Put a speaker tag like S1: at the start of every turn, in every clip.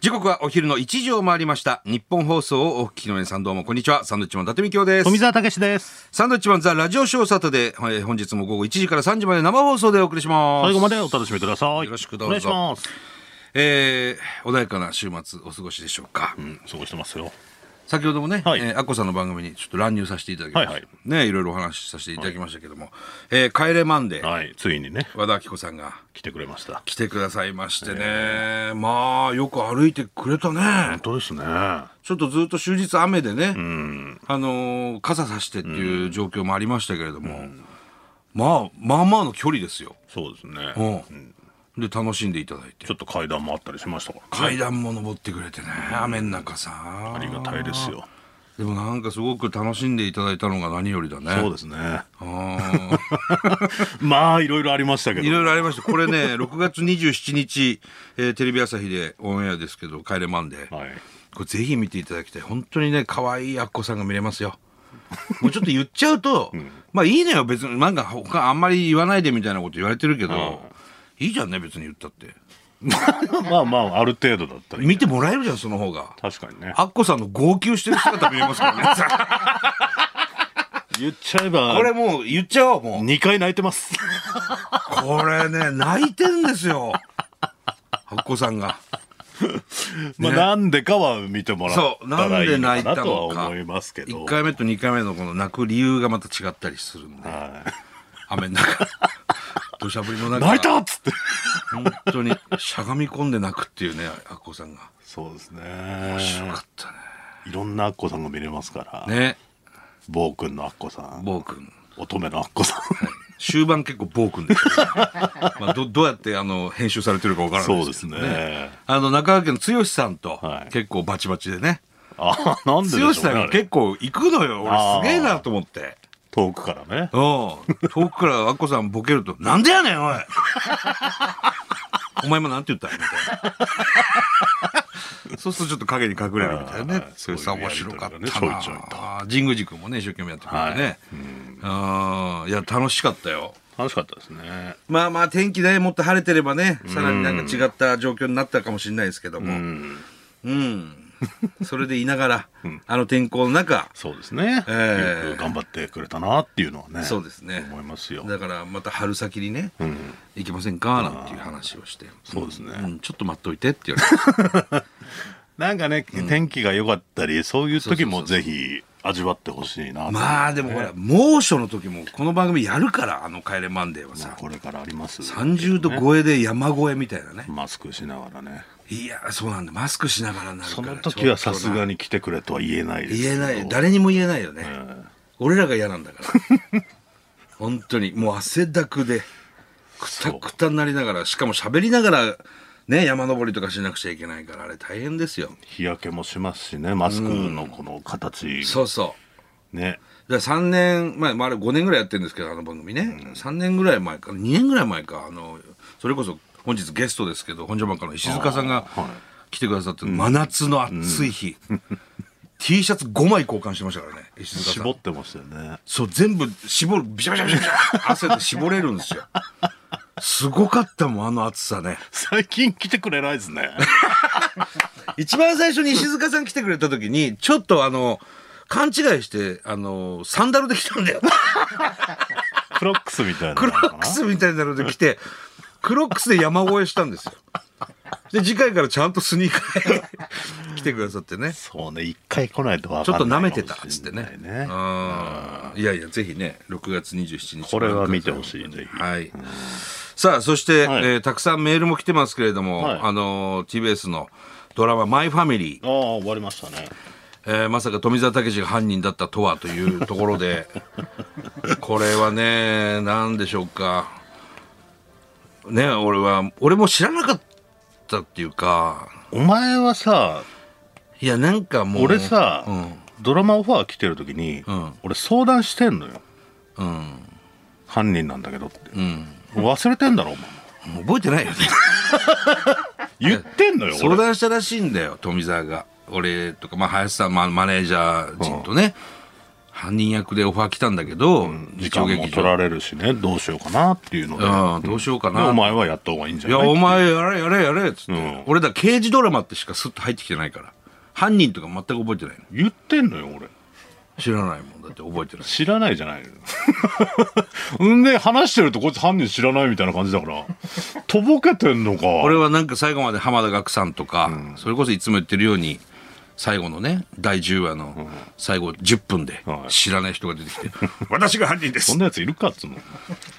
S1: 時刻はお昼の1時を回りました。日本放送をお聞きの皆さんどうもこんにちは。サンドウィッチマン伊達美京です。
S2: 富澤たけしです。
S1: サンドウィッチマンザラジオショーサタデー、えー本日も午後1時から3時まで生放送でお送りします。
S2: 最後までお楽しみください。
S1: よろしくどうぞ
S2: お願いします。
S1: えー穏やかな週末お過ごしでしょうか。
S2: 過ごしてますよ。
S1: 先ほどもね、
S2: はい
S1: えーアッコさんの番組にちょっと乱入させていただきました。
S2: はいはい
S1: ね、いろいろお話しさせていただきましたけども、えー帰れマンデー、
S2: はい、ついにね、
S1: 和田アキ子さんが
S2: 来てくれました。
S1: 来てくださいましてね、まあよく歩いてくれたね
S2: 本当ですね。は
S1: ちょっとずっと終日雨でね、あのー傘さしてっていう状況もありましたけれども、まあまあまあの距離ですよ、
S2: そうですね。
S1: うんで楽しんでいただいて
S2: ちょっと階段もあったりしましたから、ね。
S1: 階段も登ってくれてね雨の中さ
S2: ありがたいですよ。
S1: でもなんかすごく楽しんでいただいたのが何よりだね
S2: そうですね。
S1: あー
S2: まあ、いろいろありましたけ
S1: いろ
S2: ど。
S1: いろありましたこれね6月27日、えーテレビ朝日でオンエアですけど「帰れマンデー」
S2: はい。
S1: これぜひ見ていただきたい本当にね可愛いアッコさんが見れますよもうちょっと言っちゃ うと、まあいいのよ別になんか他あんまり言わないでみたいなこと言われてるけど、いいじゃんね別に言ったって
S2: まあまあ、ある程度だったり。
S1: 見てもらえるじゃんその方が
S2: 確かにね。
S1: アッコさんの号泣してる姿見れますからね
S2: 言っちゃえば
S1: こ、れもう言っちゃおうもう
S2: 2回泣いてます。
S1: これね泣いてるんですよアッコさんが
S2: まあ、なんでかは見てもら
S1: そ
S2: っ
S1: うな
S2: た
S1: ん
S2: らい
S1: で
S2: いの
S1: 泣い
S2: か
S1: た
S2: なとは
S1: のか
S2: 思いますけ
S1: 1
S2: ど。
S1: 回目と2回目のこの泣く理由がまた違ったりするんで
S2: は
S1: 雨の中土砂降りの
S2: い
S1: 中
S2: 泣いたっつって。
S1: 本当にしゃがみ込んで泣くっていうねアッコさんが
S2: そうですね。
S1: よかった
S2: いろんなアッコさんが見れますから。
S1: ねね
S2: 暴君のアッコさん、
S1: 暴君
S2: 乙女のアッコさん。
S1: 終盤結構暴君ですけど、 まあ、どどうやってあの編集されてるかわからな
S2: そ
S1: いうで
S2: ですす
S1: けど
S2: ね。
S1: あの中川家の剛さんと
S2: はい
S1: 結構バチバチでね、
S2: あ、なんででしょ
S1: 剛
S2: うね
S1: さん
S2: あ
S1: が
S2: れ
S1: 結構行くのよ
S2: あー
S1: 俺すげえなと思って
S2: 遠くからね。
S1: うん遠くからアッコさんボケると「なんでやねんお いお前もなんて言った?」みたいなそうするとちょっと影に隠れるみたいなね
S2: あー
S1: それさ
S2: そういう
S1: 面
S2: やりと
S1: 白
S2: り
S1: か
S2: が
S1: っ
S2: ね
S1: た
S2: ちょいちょいと
S1: な神宮寺君もね一生懸命やってくれてね、あーいや楽しかったよ
S2: 楽しかったですね。
S1: まあまあ天気ねもっと晴れてればねさらになんか違った状況になったかもしれないですけども
S2: うん。
S1: うん、それでいながら、あの天候の中
S2: そうですね。
S1: ええ
S2: よく頑張ってくれたなっていうのはね。
S1: そうですね
S2: 思いますよ。
S1: だからまた春先にね、
S2: うん。
S1: 行きませんかなんていう話をして
S2: そうですね
S1: んちょっと待っといてって言われて
S2: なんかね、天気が良かったり、そういう時
S1: そ
S2: も
S1: うそう
S2: ぜひ味わってほしいな と。
S1: まあでもほら猛暑の時もこの番組やるからあの「帰れマンデー」は
S2: まあ
S1: さ
S2: これからあります。
S1: 30度超えで山越えみたいなね
S2: マスクしながらね。
S1: いやそうなんだマスクしながらになるか
S2: そ
S1: ら
S2: の時は
S1: ちょ
S2: さ
S1: っと
S2: す
S1: な
S2: がに来てくれとは言えないですけど。
S1: 言えない誰にも言えないよね、
S2: うん
S1: 俺らが嫌なんだから 本当にもう汗だくでくたくたになりながらしかも喋りながらね山登りとかしなくちゃいけないからあれ大変ですよ
S2: 日焼けもしますしね、マスクのこの形。
S1: そうそう
S2: ね。
S1: だから3年前、まあ、あれ5年ぐらいやってるんですけどあの番組ね、3年ぐらい前か2年ぐらい前かあのそれこそ本日ゲストですけど本庄漫画の石塚さんが
S2: あーはい
S1: 来てくださって、真夏の暑い日、T シャツ5枚交換してましたからね石塚さん
S2: 絞ってましたよ ね。
S1: そう全部絞るビシャビシャビシャビシャ汗で絞れるんです よすごかったもんあの暑さね
S2: 最近来てくれないですね。
S1: 一番最初に石塚さん来てくれた時にちょっとあの勘違いしてあのサンダルで来たんだよ
S2: クロックスみたいな
S1: ク
S2: のか
S1: ロッ
S2: な。
S1: クスみたいなので来て、クロックスで山越えしたんですよ。で、次回からちゃんとスニーカーで来てくださってね。
S2: そうね、一回来ないとわ
S1: ち
S2: か
S1: ょっと
S2: んな
S1: 舐
S2: い
S1: め
S2: か
S1: て
S2: も
S1: たっつ
S2: し
S1: って
S2: れ
S1: ね
S2: ない。ね。
S1: うんいやいや、ぜひね、6月27日。
S2: これは見てほしいぜひ
S1: はい。さあ、そして、
S2: はい
S1: えーたくさんメールも来てますけれども、
S2: はい
S1: あのー、TBS のドラマ、マイファミリー。
S2: ああ、終わりましたね。
S1: えーまさか富澤たけしが犯人だったとはというところ でこれはね何でしょうかね俺は俺も知らなかったっていうか
S2: お前はさ、
S1: いやなんかもう
S2: 俺さ、
S1: うん
S2: ドラマオファー来てる時に、
S1: ん
S2: 俺相談してんのよ。
S1: うん、
S2: 犯人なんだけどって。
S1: うん、
S2: 忘れてんだろ、お前。
S1: もう覚えてないよね
S2: 言ってんのよ、
S1: 相
S2: 俺。
S1: 談したらしいんだよ富澤が俺とか、まあ、林さん、まあ、マネージャー陣とね、犯人役でオファー来たんだけど、
S2: 時
S1: 日
S2: 間
S1: 曜
S2: も
S1: 劇場
S2: 取られるしね、どうしようかなっていうので。
S1: ああどうしようか
S2: で
S1: な、
S2: お前はやった方がいいんじゃ
S1: いや、
S2: ない
S1: お前、やれやれやれっつって、
S2: うん
S1: 俺だ、刑事ドラマってしかスッと入ってきてないから。犯人とか全く覚えてないの。
S2: 言ってんのよ、俺。
S1: 知らないもんだって覚えてない。
S2: 知らないじゃないの。んで、話してるとこいつ犯人知らないみたいな感じだから、とぼけてんの か。
S1: 俺はなんか最後まで浜田岳さんとか、それこそいつも言ってるように、最後のね、第10話の最後10分で
S2: は、い
S1: 知らない人が出て きて、私が犯人で
S2: そ
S1: す
S2: んなやついるかっつうの。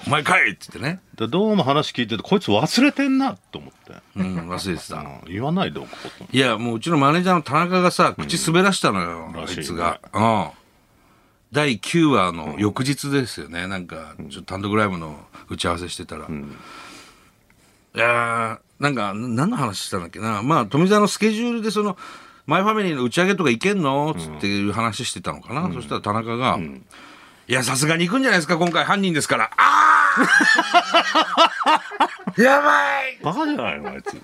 S1: お前かいって言ってね、
S2: でどうも話聞いてて、こいつ忘れてんなと思って。
S1: うん、忘れてた。
S2: うん言わないでおこうと思って。
S1: いや、もううちのマネージャーの田中がさ、口滑らしたのよ、
S2: ら
S1: あ
S2: しいね
S1: いつが。うん。第9話の翌日ですよね、なんか、ちょっと単独ライブの打ち合わせしてたら。いやー、なんか、何の話したんだっけな。まあ、富澤のスケジュールで、その、マイファミリーの打ち上げとか行けんのつっていう話してたのかな。そしたら田中が、いや、さすがに行くんじゃないですか、今回犯人ですから。あー やばい
S2: バカじゃないの、あいつ。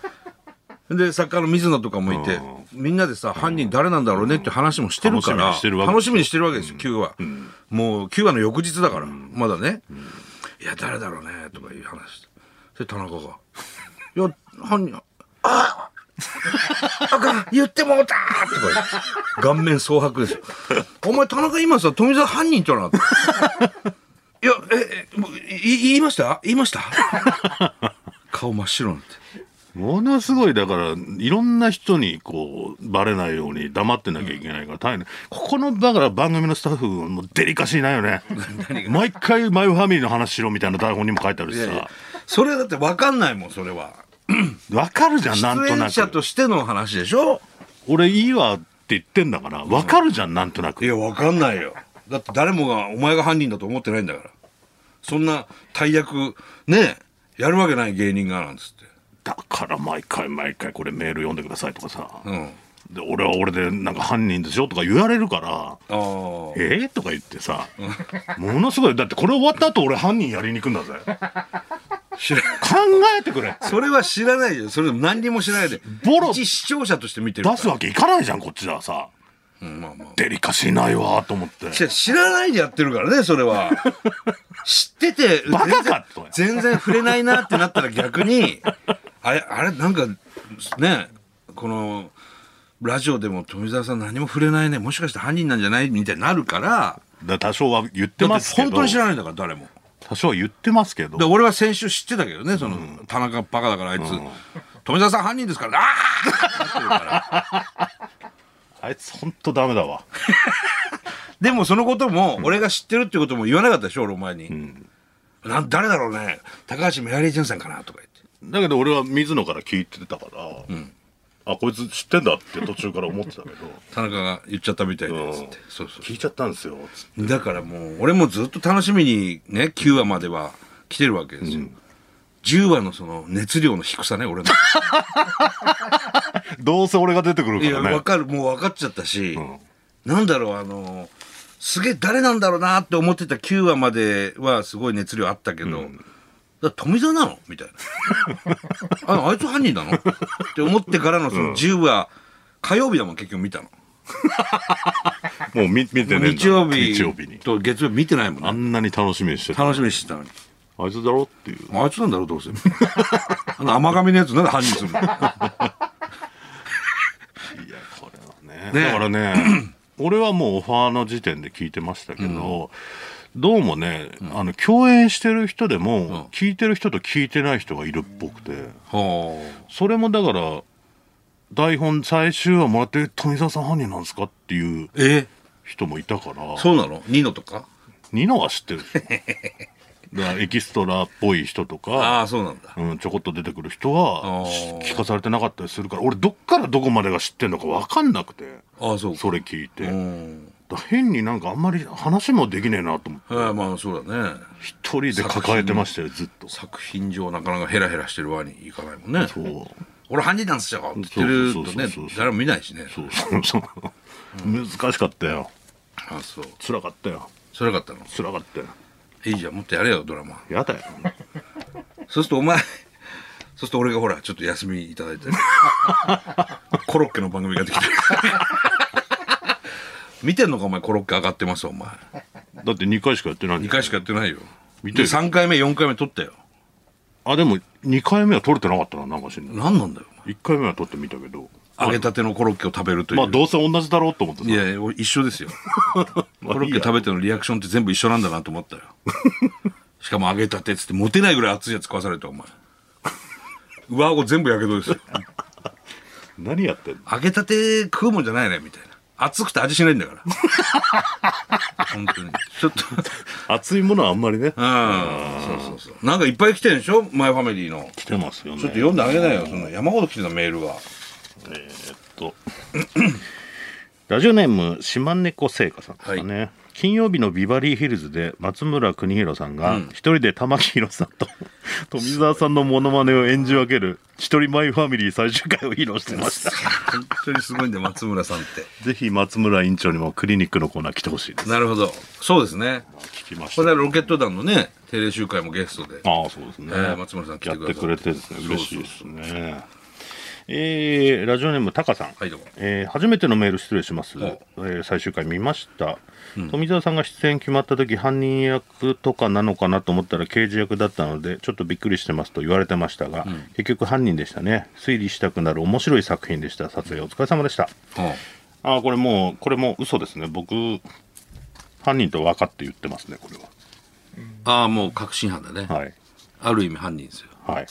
S1: で作家の水野とかもいて、みんなでさ犯人誰なんだろうねって話もしてるから、
S2: 楽しみにしてるわけ
S1: 楽しみにしてるわけですよ、9話、もう9話の翌日だから、まだね、いや誰だろうねとかいう話で田中が「いや犯人あああかん言ってもうた!」とか言う顔面蒼白ですよ「お前田中今さ富澤犯人じゃなかった」いやええもうい言いました言いました顔真っ白になって。
S2: ものすごいだからいろんな人にこうバレないように黙ってなきゃいけないから大変、ここのだから番組のスタッフもデリカシーないよ ね毎回「マイファミリーの話しろ」みたいな台本にも書いてあるしさ
S1: いやいやそれだって分かんないもんそれは
S2: わかるじゃんなん
S1: 出
S2: とな
S1: 演者
S2: く
S1: としての話でしょ
S2: 俺いいわって言ってんだからわかるじゃんなんとないく
S1: や分かんないよだって誰もがお前が犯人だと思ってないんだからそんな大役ねやるわけない芸人がなんつっ
S2: だから毎回毎回これメール読んでくださいとかさ、
S1: てうん
S2: で俺は俺でなんか犯人でしょとか言われるから
S1: ああ
S2: えー、とか言ってさものすごいだってこれ終わった後俺犯人やりに行くんだぜ
S1: 知ら
S2: 考えてくれって
S1: それは知らないよそれでも何にも知らないで
S2: ボロ
S1: 一視聴者として見てるか
S2: 出
S1: ら
S2: すわけいかないじゃんこっちはさ
S1: うんまあまあ
S2: デリカシーないわと思って
S1: 知知らないでやってるからねそれ は知ってて
S2: バカかと
S1: 全然全然触れないなってなったら逆にあれあれなんかねこのラジオでも富澤さん何も触れないねもしかして犯人なんじゃないみたいになるから
S2: だ多少は言って
S1: だ
S2: ま
S1: って
S2: すけど
S1: 本当に知らないんだから誰も
S2: 多少は言ってますけど
S1: で俺は先週知ってたけどねその、田中バカだからあいつ、富澤さん犯人ですからああって言うから
S2: あいつ本当ダメだわ
S1: でもそのことも、俺が知ってるってことも言わなかったでしょ、俺お前に。なん誰だろうね高橋メアリー・ジュンさんかなとか言って。
S2: だけど俺は水野から聞いてたから、あこいつ知ってんだって途中から思って たけど
S1: 田中が言っちゃったみたいで、つって
S2: う。ん
S1: そうそ
S2: 聞いちゃったんですよつって
S1: う。だからもう、俺もずっと楽しみにね、9話までは来てるわけですよ。10話のその熱量の低さね、 俺の。
S2: どうせ俺が出てくる
S1: いや、
S2: からね
S1: わかる、もう分かっちゃったし、なんだろう、あの、すげえ誰なんだろうなって思ってた9話まではすごい熱量あったけど、だから富澤なのみたい なあ。あいつ犯人なのって思ってからのその10話、火曜日だもん結局見たの。
S2: もう見見てねえんだ
S1: 日曜日
S2: 日曜日に
S1: と月曜日見てないもん
S2: あ
S1: ね。
S2: んなに楽しみにしてた
S1: 楽しみにしてたのに。
S2: あいつだろっていう
S1: あいつなんだろうどうせ。 あの甘髪のやつなんで犯人する の
S2: いやこれはね
S1: ね
S2: だか らね俺はもうオファーの時点で聞いてましたけど、どうもね、あの共演してる人でも聞いてる人と聞いてない人がいるっぽくて
S1: ほ
S2: それもだから台本最終話もらって「富澤さん犯人なんですか?」っていう
S1: う。え
S2: 人もいたから
S1: そうなのニノとか
S2: ニノは知 ってるでしょだからエキストラっぽい人とか、
S1: ああ、そうなんだ。
S2: うん、ちょこっと出てくる人は
S1: あー
S2: 聞かされてなかったりするから俺どっからどこまでが知ってんのか分かんなくて
S1: ああ、そうか。
S2: それ聞いて。
S1: うん。
S2: だ変になんかあんまり話もできねえなと思って
S1: ああまあそうだね
S2: 一人で抱えてましたよずっと
S1: 作品上なかなかヘラヘラしてる輪にいかないもんね
S2: そう
S1: 俺犯人なんすよって言ってるとね
S2: そうそうそうそう
S1: 誰も見ないしね
S2: そうそうそう難しかったよ
S1: あそう
S2: 辛かったよ
S1: それかったの
S2: 辛かったよ
S1: いいじゃんもっとやれよドラマ
S2: やだよ
S1: そうするとお前そうすると俺がほらちょっと休みいた だいてコロッケの番組ができた見てんのかお前コロッケ上がってますお前
S2: だって2回しかやってないん
S1: 2
S2: だ
S1: 回しかやってないよ
S2: 見てる
S1: で3回目4回目撮ったよ
S2: あでも2回目は取れてなかったななんかしんない
S1: 何なんだよお
S2: 1回目は取ってみたけど
S1: 前揚げたてのコロッケを食べるという、
S2: まあどうせ同じだろうと思ってさ
S1: いやいや俺一緒 ですよコロッケ食べてのリアクションって全部一緒なんだなと思 ったよしかも揚げたてっつって持てないぐらい熱いやつ食わされたお前上顎全部やけどですよ
S2: 何やってんの
S1: 揚げたて食うもんじゃないねみたいな熱くて味しないんだから本当にちょっと
S2: 熱いものはあんまりね
S1: うんそうそうそうなんかいっぱい来てるんでしょマイファミリーの
S2: 来てますよね
S1: ちょっと読んであげなよその山ほど来てたメールが
S2: と ラジオネーム島猫聖華さんですかね、金曜日のビバリーヒルズで松村邦弘さんが一人で玉木宏さん と富澤さんのモノマネを演じ分ける一人マイファミリー最終回を披露して ました
S1: 本当にすごいんだよ松村さんって
S2: ぜひ松村院長にもクリニックのコーナー来てほしいです
S1: なるほどそうですね
S2: 聞きまし
S1: こ
S2: た
S1: れはロケット団のね定例集会もゲストで
S2: ああそうですね、
S1: えー松村さん来
S2: や
S1: て
S2: っ
S1: くださ
S2: て
S1: い
S2: くれてですね嬉しいで
S1: そう
S2: すねえーラジオネームタカさん、
S1: はいどうも
S2: えー初めてのメール失礼します、
S1: はい
S2: えー最終回見ました、富澤さんが出演決まった時犯人役とかなのかなと思ったら刑事役だったのでちょっとびっくりしてますと言われてましたが、結局犯人でしたね推理したくなる面白い作品でした撮影お疲れ様でした
S1: うん
S2: ああこれもうこれも嘘ですね僕犯人と分かって言ってますねこれ
S1: ああもう確信犯だね、
S2: ははい
S1: ある意味犯人ですよ
S2: はい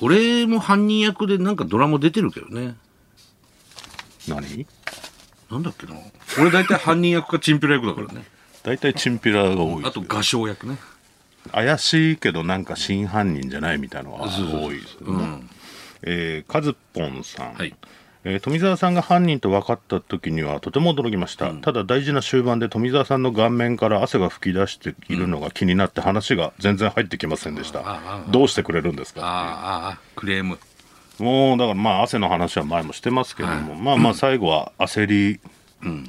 S1: 俺も犯人役でなんかドラマ出てるけどね
S2: 何
S1: なんだっけな俺大体犯人役かチンピラ役だからね
S2: 大体チンピラが多 い
S1: あと画商役ね
S2: 怪しいけどなんか真犯人じゃないみたいなのは多いですよね。えーカズポンさん、
S1: はい
S2: えー富澤さんが犯人と分かった時にはとても驚きました、ただ大事な終盤で富澤さんの顔面から汗が噴き出しているのが気になって話が全然入ってきませんでした、どうしてくれるんです
S1: ああ
S2: か
S1: ああクレーム
S2: もうだからまあ汗の話は前もしてますけども、まあまあ最後は焦り、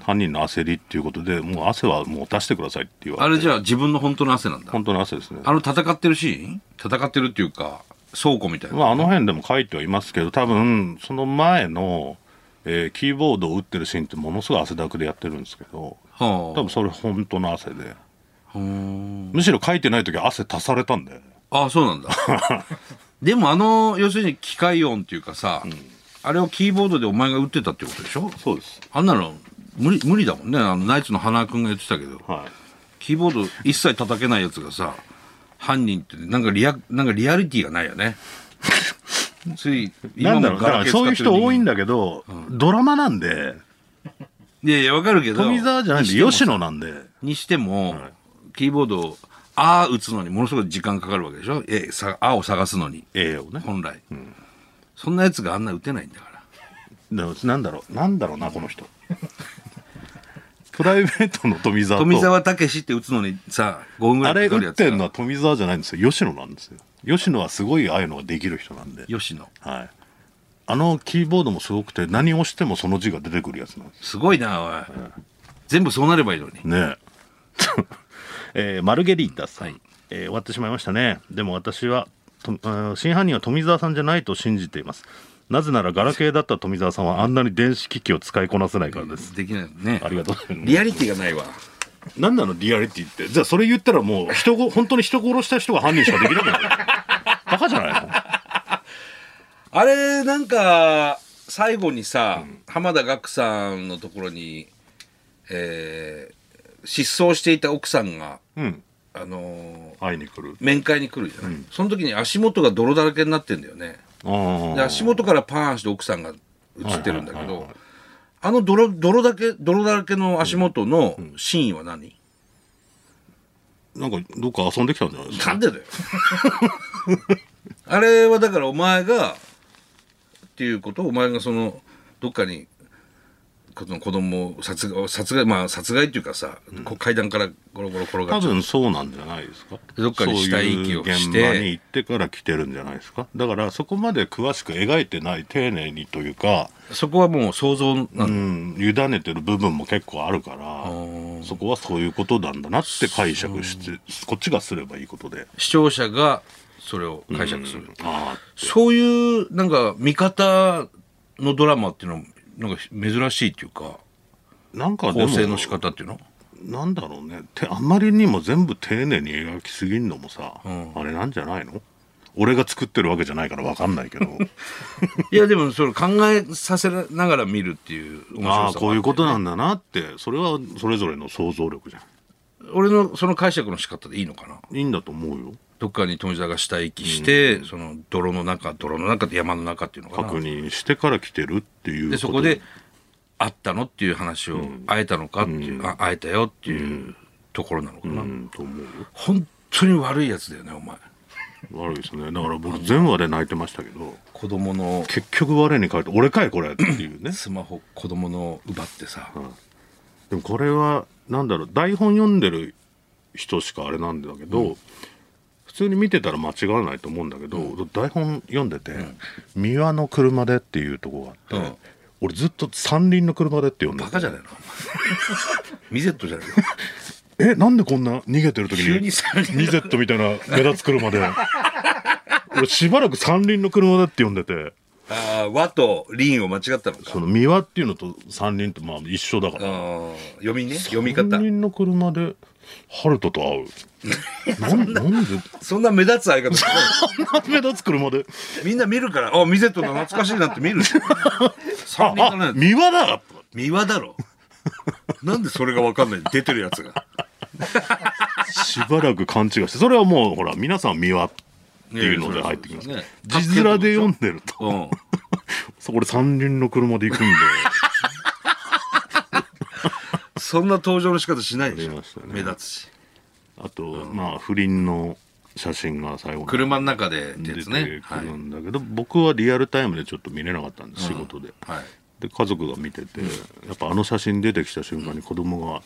S2: 犯人の焦りっていうことでもう汗はもう出してくださいって言わ
S1: あ
S2: れ
S1: れ
S2: て
S1: じゃあ自分の本当の汗なんだ
S2: 本当の汗ですね
S1: あの戦ってるシーン戦ってるっていうか倉庫みたいな
S2: まあ、あの辺でも書いてはいますけど多分その前の、えーキーボードを打ってるシーンってものすごい汗だくでやってるんですけど多
S1: は
S2: 分それ本当の汗で
S1: あうん
S2: むしろ書いてない時は汗足されたんで
S1: ああそう なんだでもあの要するに機械音っていうかさ、あれをキーボードでお前が打ってたってことでしょ
S2: そうです
S1: あんなの無理無理だもんねあのナイツの花君が言ってたけど
S2: は
S1: キーボード一切叩けないやつがさ犯人ってなんかリアなんかリアリティがないよねつい
S2: いなんだろ
S1: ガ
S2: うだか
S1: ラ
S2: ら
S1: ケー使
S2: そういう
S1: ってる
S2: 人多いん
S1: 人
S2: だけど、ドラマなんで
S1: 間いやいやわかるけど
S2: 富澤じゃないんで吉野なんで
S1: にしても、キーボードを「あ」打つのにものすごい時間かかるわけでしょ「え」さ「あ」を探すのに
S2: A をね
S1: 本来、そんなやつがあんな打てないんだから
S2: だからなんだろうなんだろうなこの 人プライベートの富澤と
S1: 富澤たけしって打つのにさ5分ぐら
S2: あ
S1: い
S2: れ
S1: かかる
S2: 打
S1: や
S2: っ
S1: つ
S2: て
S1: が
S2: んのは富澤じゃないんですよ吉野なんですよ吉野はすごいああいうのができる人なんで
S1: 吉野
S2: はい、あのキーボードもすごくて何を押してもその字が出てくるやつなんです
S1: すごいなおい、全部そうなればいいのに
S2: ね ええーマルゲリータさん、えー終わってしまいましたねでも私はとうん真犯人は富澤さんじゃないと信じていますなぜならガラケーだった富澤さんはあんなに電子機器を使いこなせないからです、
S1: できないね
S2: ありがとうございます
S1: リアリティがないわ
S2: 何なのリアリティってじゃあそれ言ったらもう人ご本当に人殺した人が犯人しかできなくなるバカじゃないの
S1: あれなんか最後にさ、浜田岳さんのところに、えー失踪していた奥さんが
S2: うん
S1: あのー
S2: 会いに来る
S1: 面会に来るじゃない、その時に足元が泥だらけになってんだよね
S2: あー
S1: で足元からパーンして奥さんが映ってるんだけ
S2: はいはいは
S1: ど
S2: い
S1: あの泥泥だけ泥だらけの足元の真意は何、
S2: なんかどっか遊んできたんじゃないです
S1: な
S2: か
S1: んでだよ あれはだからお前がっていうことをお前がそのどっかにこの子供を殺害殺害まあ殺害っていうかさ、こう階段からゴロゴロ転が
S2: 多
S1: って
S2: 分そうなんじゃないですか
S1: どっかに死体遺棄をして
S2: そういう現場に行ってから来てるんじゃないですかだからそこまで詳しく描いてない丁寧にというか、
S1: そこはもう想像な
S2: うんん、委ねてる部分も結構あるから
S1: の
S2: そこはそういうことなんだなって解釈してこっちがすればいいことで
S1: 視聴者がそれを解釈する、
S2: あ
S1: そういうなんか見方のドラマっていうのはなんか珍しいっていうか
S2: あなんかで
S1: 構
S2: も
S1: 成の仕方っていうの
S2: なんだろうねてあんまりにも全部丁寧に描きすぎんのもさ、
S1: ん
S2: あれなんじゃないの俺が作ってるわけじゃないから分かんないけど
S1: いやでもそれ考えさせながら見るっていう面白さも
S2: ああ
S1: って
S2: こういうことなんだなってそれはそれぞれの想像力じゃん
S1: 俺のその解釈の仕方でいいのかない
S2: いんだと思うよ
S1: どっかに富澤が死体遺棄して、その泥の中泥の中って山の中っていうのかな
S2: 確認してから来てるっていう
S1: でそこで会ったのっていう話を、会えたのかっていう、あ会えたよっていうところなのか
S2: う
S1: な、
S2: んと思うよ
S1: 本当に悪いやつだよねお前
S2: 悪いですねだから僕全話で泣いてましたけど
S1: 子供の
S2: 結局我に返って俺かいこれっていうね
S1: スマホ子供の奪ってさ、
S2: でもこれはなんだろう台本読んでる人しかあれなんだけど、普通に見てたら間違わないと思うんだけど、台本読んでて「三輪の車で」っていうとこがあって、
S1: うん
S2: 俺ずっと「三輪の車で」って読んで
S1: バ
S2: て
S1: カじゃ ないのお前ミゼットじゃないの
S2: えなんでこんな逃げてる時
S1: 急
S2: に
S1: に三輪の
S2: ミゼットみたいな目立つ車で俺しばらく「三輪の車で」って読んでて
S1: ああ和とリンを間違ったのか
S2: その三輪っていうのと三輪ってまあ一緒だから。
S1: あー読みね読み方
S2: 三輪の車で春人と会うなんなんで
S1: そんな目立つ相方じゃ ない
S2: 目立つ車で。
S1: みんな見るから、あ、ミゼットの懐かしいなって見 る。三輪だね。
S2: あ、三輪だ
S1: 三輪だろ。なんでそれがわかんない出てるやつが。
S2: しばらく勘違いして、それはもうほら、皆さん三輪っていうので入ってきます。字面で読んでると、
S1: うん。
S2: そこで三輪の車で行くんで、
S1: そんな登場の仕方しないでし
S2: あり
S1: ょ
S2: ましたね。
S1: 目立つし。
S2: あと、まあ、不倫の写真が最後に
S1: 車の中でって
S2: 出
S1: や
S2: て
S1: つ
S2: く
S1: ね。はい。
S2: るんだけど、僕はリアルタイムでちょっと見れなかったんです、仕事で。
S1: はい。
S2: で、家族が見てて、やっぱあの写真出てきた瞬間に子供が、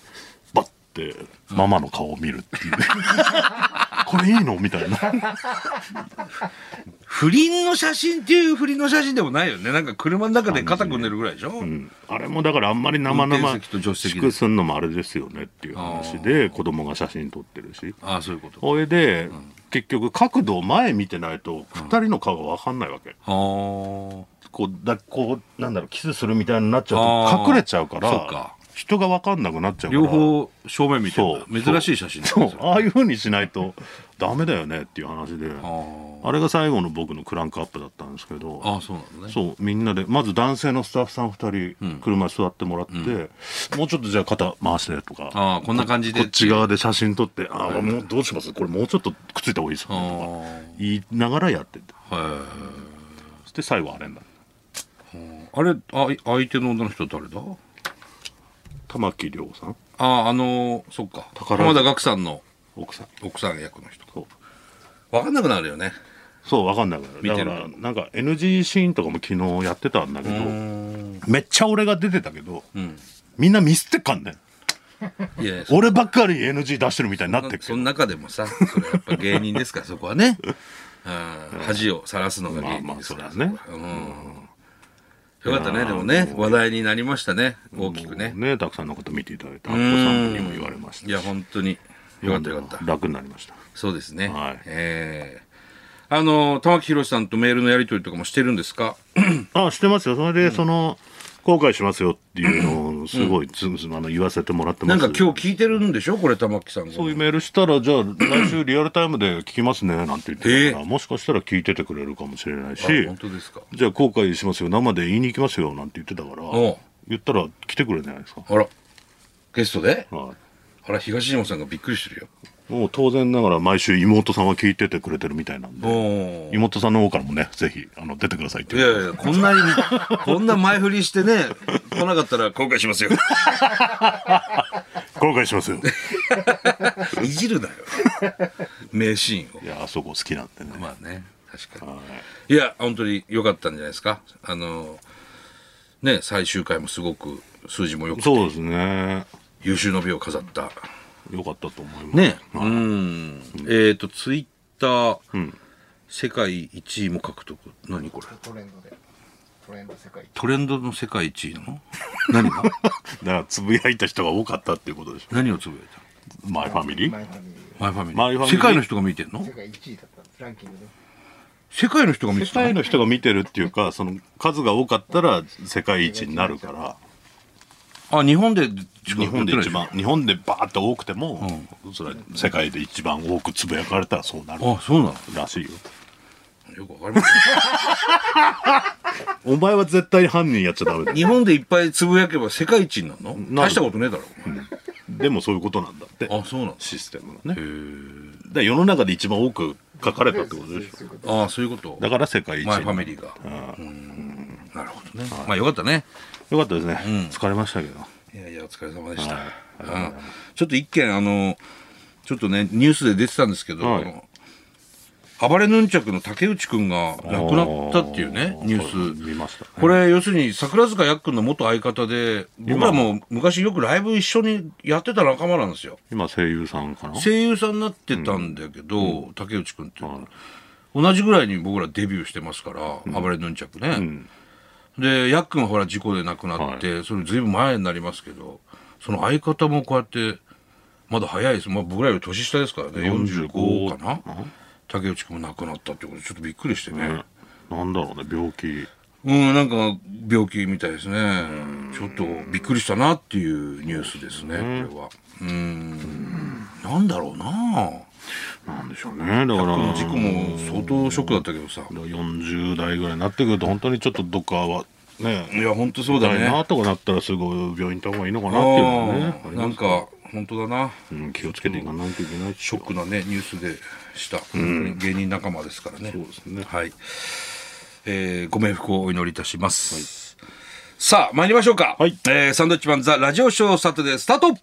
S2: バッて、ママの顔を見る っていう。これいいのみたいな。
S1: 不倫の写真っていう不倫の写真でもないよね。なんか車の中で肩組んでるぐらいでしょ。
S2: うんあれもだからあんまり生々
S1: 運転席と助手席
S2: し
S1: で
S2: くすんのもあれですよねっていう話で子供が写真撮ってるし
S1: ああ、そういうこと。
S2: それで結局角度を前見てないと2人の顔が分かんないわけ
S1: あー
S2: こうだこうなんだろうキスするみたいになっちゃう
S1: あ
S2: と
S1: ー
S2: 隠れちゃうか
S1: そうから
S2: 人が分かんなくなっちゃうから
S1: 両方正面見て
S2: そ
S1: る
S2: う
S1: な珍しい写真なん
S2: そ
S1: で
S2: う
S1: すよ。
S2: ああいうふうにしないとダメだよねっていう話で
S1: あー
S2: あれが最後の僕のクランクアップだったんですけど
S1: あー、そうなんだね。
S2: そうみんなでまず男性のスタッフさん2人車に座ってもらって、もうちょっとじゃあ肩回してとか
S1: あーこんな感じで
S2: こっち側で写真撮ってああもうどうしますこれもうちょっとくっついた方がいいですよねとか
S1: あ
S2: 言いながらやってて
S1: あ。はい。
S2: そして最後あれになる
S1: あれあい相手の女の人誰だ
S2: 玉木亮さん
S1: ああのそっか
S2: 宝塚
S1: 浜田岳さんの
S2: 奥さん
S1: 奥さん役の人か
S2: そう
S1: 分かんなくなるよね
S2: そう分かんなくなる
S1: 見
S2: だ
S1: て
S2: か
S1: る
S2: らなんか NG シーンとかも昨日やってたんだけ
S1: う
S2: ど
S1: ん
S2: めっちゃ俺が出てたけど
S1: うん
S2: みんなミスってっかんねん
S1: いやいやそ
S2: 俺ばっかり NG 出してるみたいになってっけ
S1: そ
S2: ど
S1: の中でもさそれやっぱ芸人です からそこはねうん恥をさらすのが芸人ですから
S2: まあまあそ
S1: う
S2: う
S1: んよかったねでもね話題になりましたね大きくね
S2: もうねたくさんの方見ていただいてアッコさんにも言われました
S1: いや本当によかったよかった
S2: 楽になりました
S1: そうですね。
S2: はい
S1: ええあの、玉木宏さんとメールのやり取りとかもしてるんですか
S2: あしてますよそれで、その後悔しますよっていうのをすごいつむつむあの言わせてもらって
S1: な
S2: ま
S1: ん
S2: す
S1: か今日聞いてるんでしょこれ玉木さんが。
S2: そういうメールしたらじゃあ来週リアルタイムで聞きますねなんて言ってたから、
S1: え
S2: もしかしたら聞いててくれるかもしれないし
S1: あ本当ですか。
S2: じゃあ後悔しますよ生で言いに行きますよなんて言ってたから
S1: おう
S2: 言ったら来てくれるじゃないですか、
S1: あら、ゲストで
S2: はい
S1: あら、東島さんがびっくりしてるよ。
S2: もう当然ながら毎週妹さんは聞いててくれてるみたいなんで
S1: おー
S2: 妹さんの方からもねぜひあの出てくださいって
S1: い
S2: 言
S1: や
S2: わ
S1: い
S2: れて
S1: や、こんなに、こんな前振りしてね、来なかったら後悔しますよ。
S2: 後悔 しますよ
S1: いじるなよ。名シーンを
S2: い。やあそこ好きなんでね、
S1: まあね、確かに。
S2: はい
S1: いや、本当に良かったんじゃないですか。あの、ね、最終回もすごく数字も良くて
S2: そうですね
S1: 優秀の美を飾った。
S2: よかったと思います
S1: ね。うん。えっ、と、ツイッター、世界1位も獲得。何これ
S3: トレンドでトレンド世界
S1: トレンドの世界1位な の何が
S2: だからつぶやいた人が多かったっていうことでしょ
S1: 何をつぶやい
S2: マイファミリ
S3: マ
S2: ー
S3: イファミリー
S1: たのマイファミリー。
S2: マイファミリー
S1: 世界の人が見てんの
S3: 世界1位だったんですランキングで
S1: 世界の人が見
S2: 世
S1: てた
S2: 界
S1: の
S2: の人が見てるっていうかその数が多かったら世界一になるから
S1: あ日本で
S2: 日本で一番日本でバーって多くても、それは世界で一番多くつぶやかれたらそうなる
S1: あそうなの
S2: らしいよ
S1: よくわかりません
S2: お前は絶対犯人やっちゃダメだ よ
S1: 日本でいっぱいつぶやけば世界一になるの
S2: なる
S1: 大したことねえだろ
S2: でもそういうことなんだって
S1: あそうなの
S2: システムがねだから世の中で一番多く書かれたってことでしょ
S1: ああそういうこと
S2: だから世界一
S1: マイファミリーがうんなるほどねまあよかったね
S2: よかったですね、疲れましたけど
S1: いやいやお疲れ様でした、うんちょっと一件あのちょっとねニュースで出てたんですけど、
S2: はい
S1: あの暴れヌンチャクの竹内くんが亡くなったっていうね
S2: あー
S1: ニュ
S2: そう
S1: ース
S2: 見ましたね
S1: これ要するに桜塚やっくんの元相方で僕らも昔よくライブ一緒にやってた仲間なんですよ
S2: 今声優さんかな
S1: 声優さんになってたんだけど、竹内くんって、
S2: はい
S1: 同じぐらいに僕らデビューしてますから、暴れヌンチャクね、
S2: ん
S1: でヤックンはほら事故で亡くなって、それずいぶん前になりますけどその相方もこうやってまだ早いです、まあ、僕らより年下ですからね45かな、竹内くんも亡くなったってことでちょっとびっくりしてね
S2: ねなんだろうね病気
S1: うん、なんか病気みたいですねちょっとびっくりしたなっていうニュースですね、これはうんなんだろうな
S2: なんでしょうねだから
S1: この事故も相当ショックだったけどさ
S2: 40代ぐらいになってくると本当にちょっとどっかはね
S1: いや本当そうだ
S2: だいな
S1: ね
S2: とかなったらすごい病院行った方がいいのかなっていうのはねあ
S1: うん
S2: り
S1: な
S2: ま
S1: ん
S2: すね
S1: か本当だな
S2: うん、気をつけていかないといけないし
S1: ショックなねニュースでした、芸人仲間ですからね
S2: そうですね
S1: はい、えーご冥福をお祈りいたします、さあ参りましょうか、
S2: はい
S1: えーサンドウィッチマンザラジオショーサタデースタート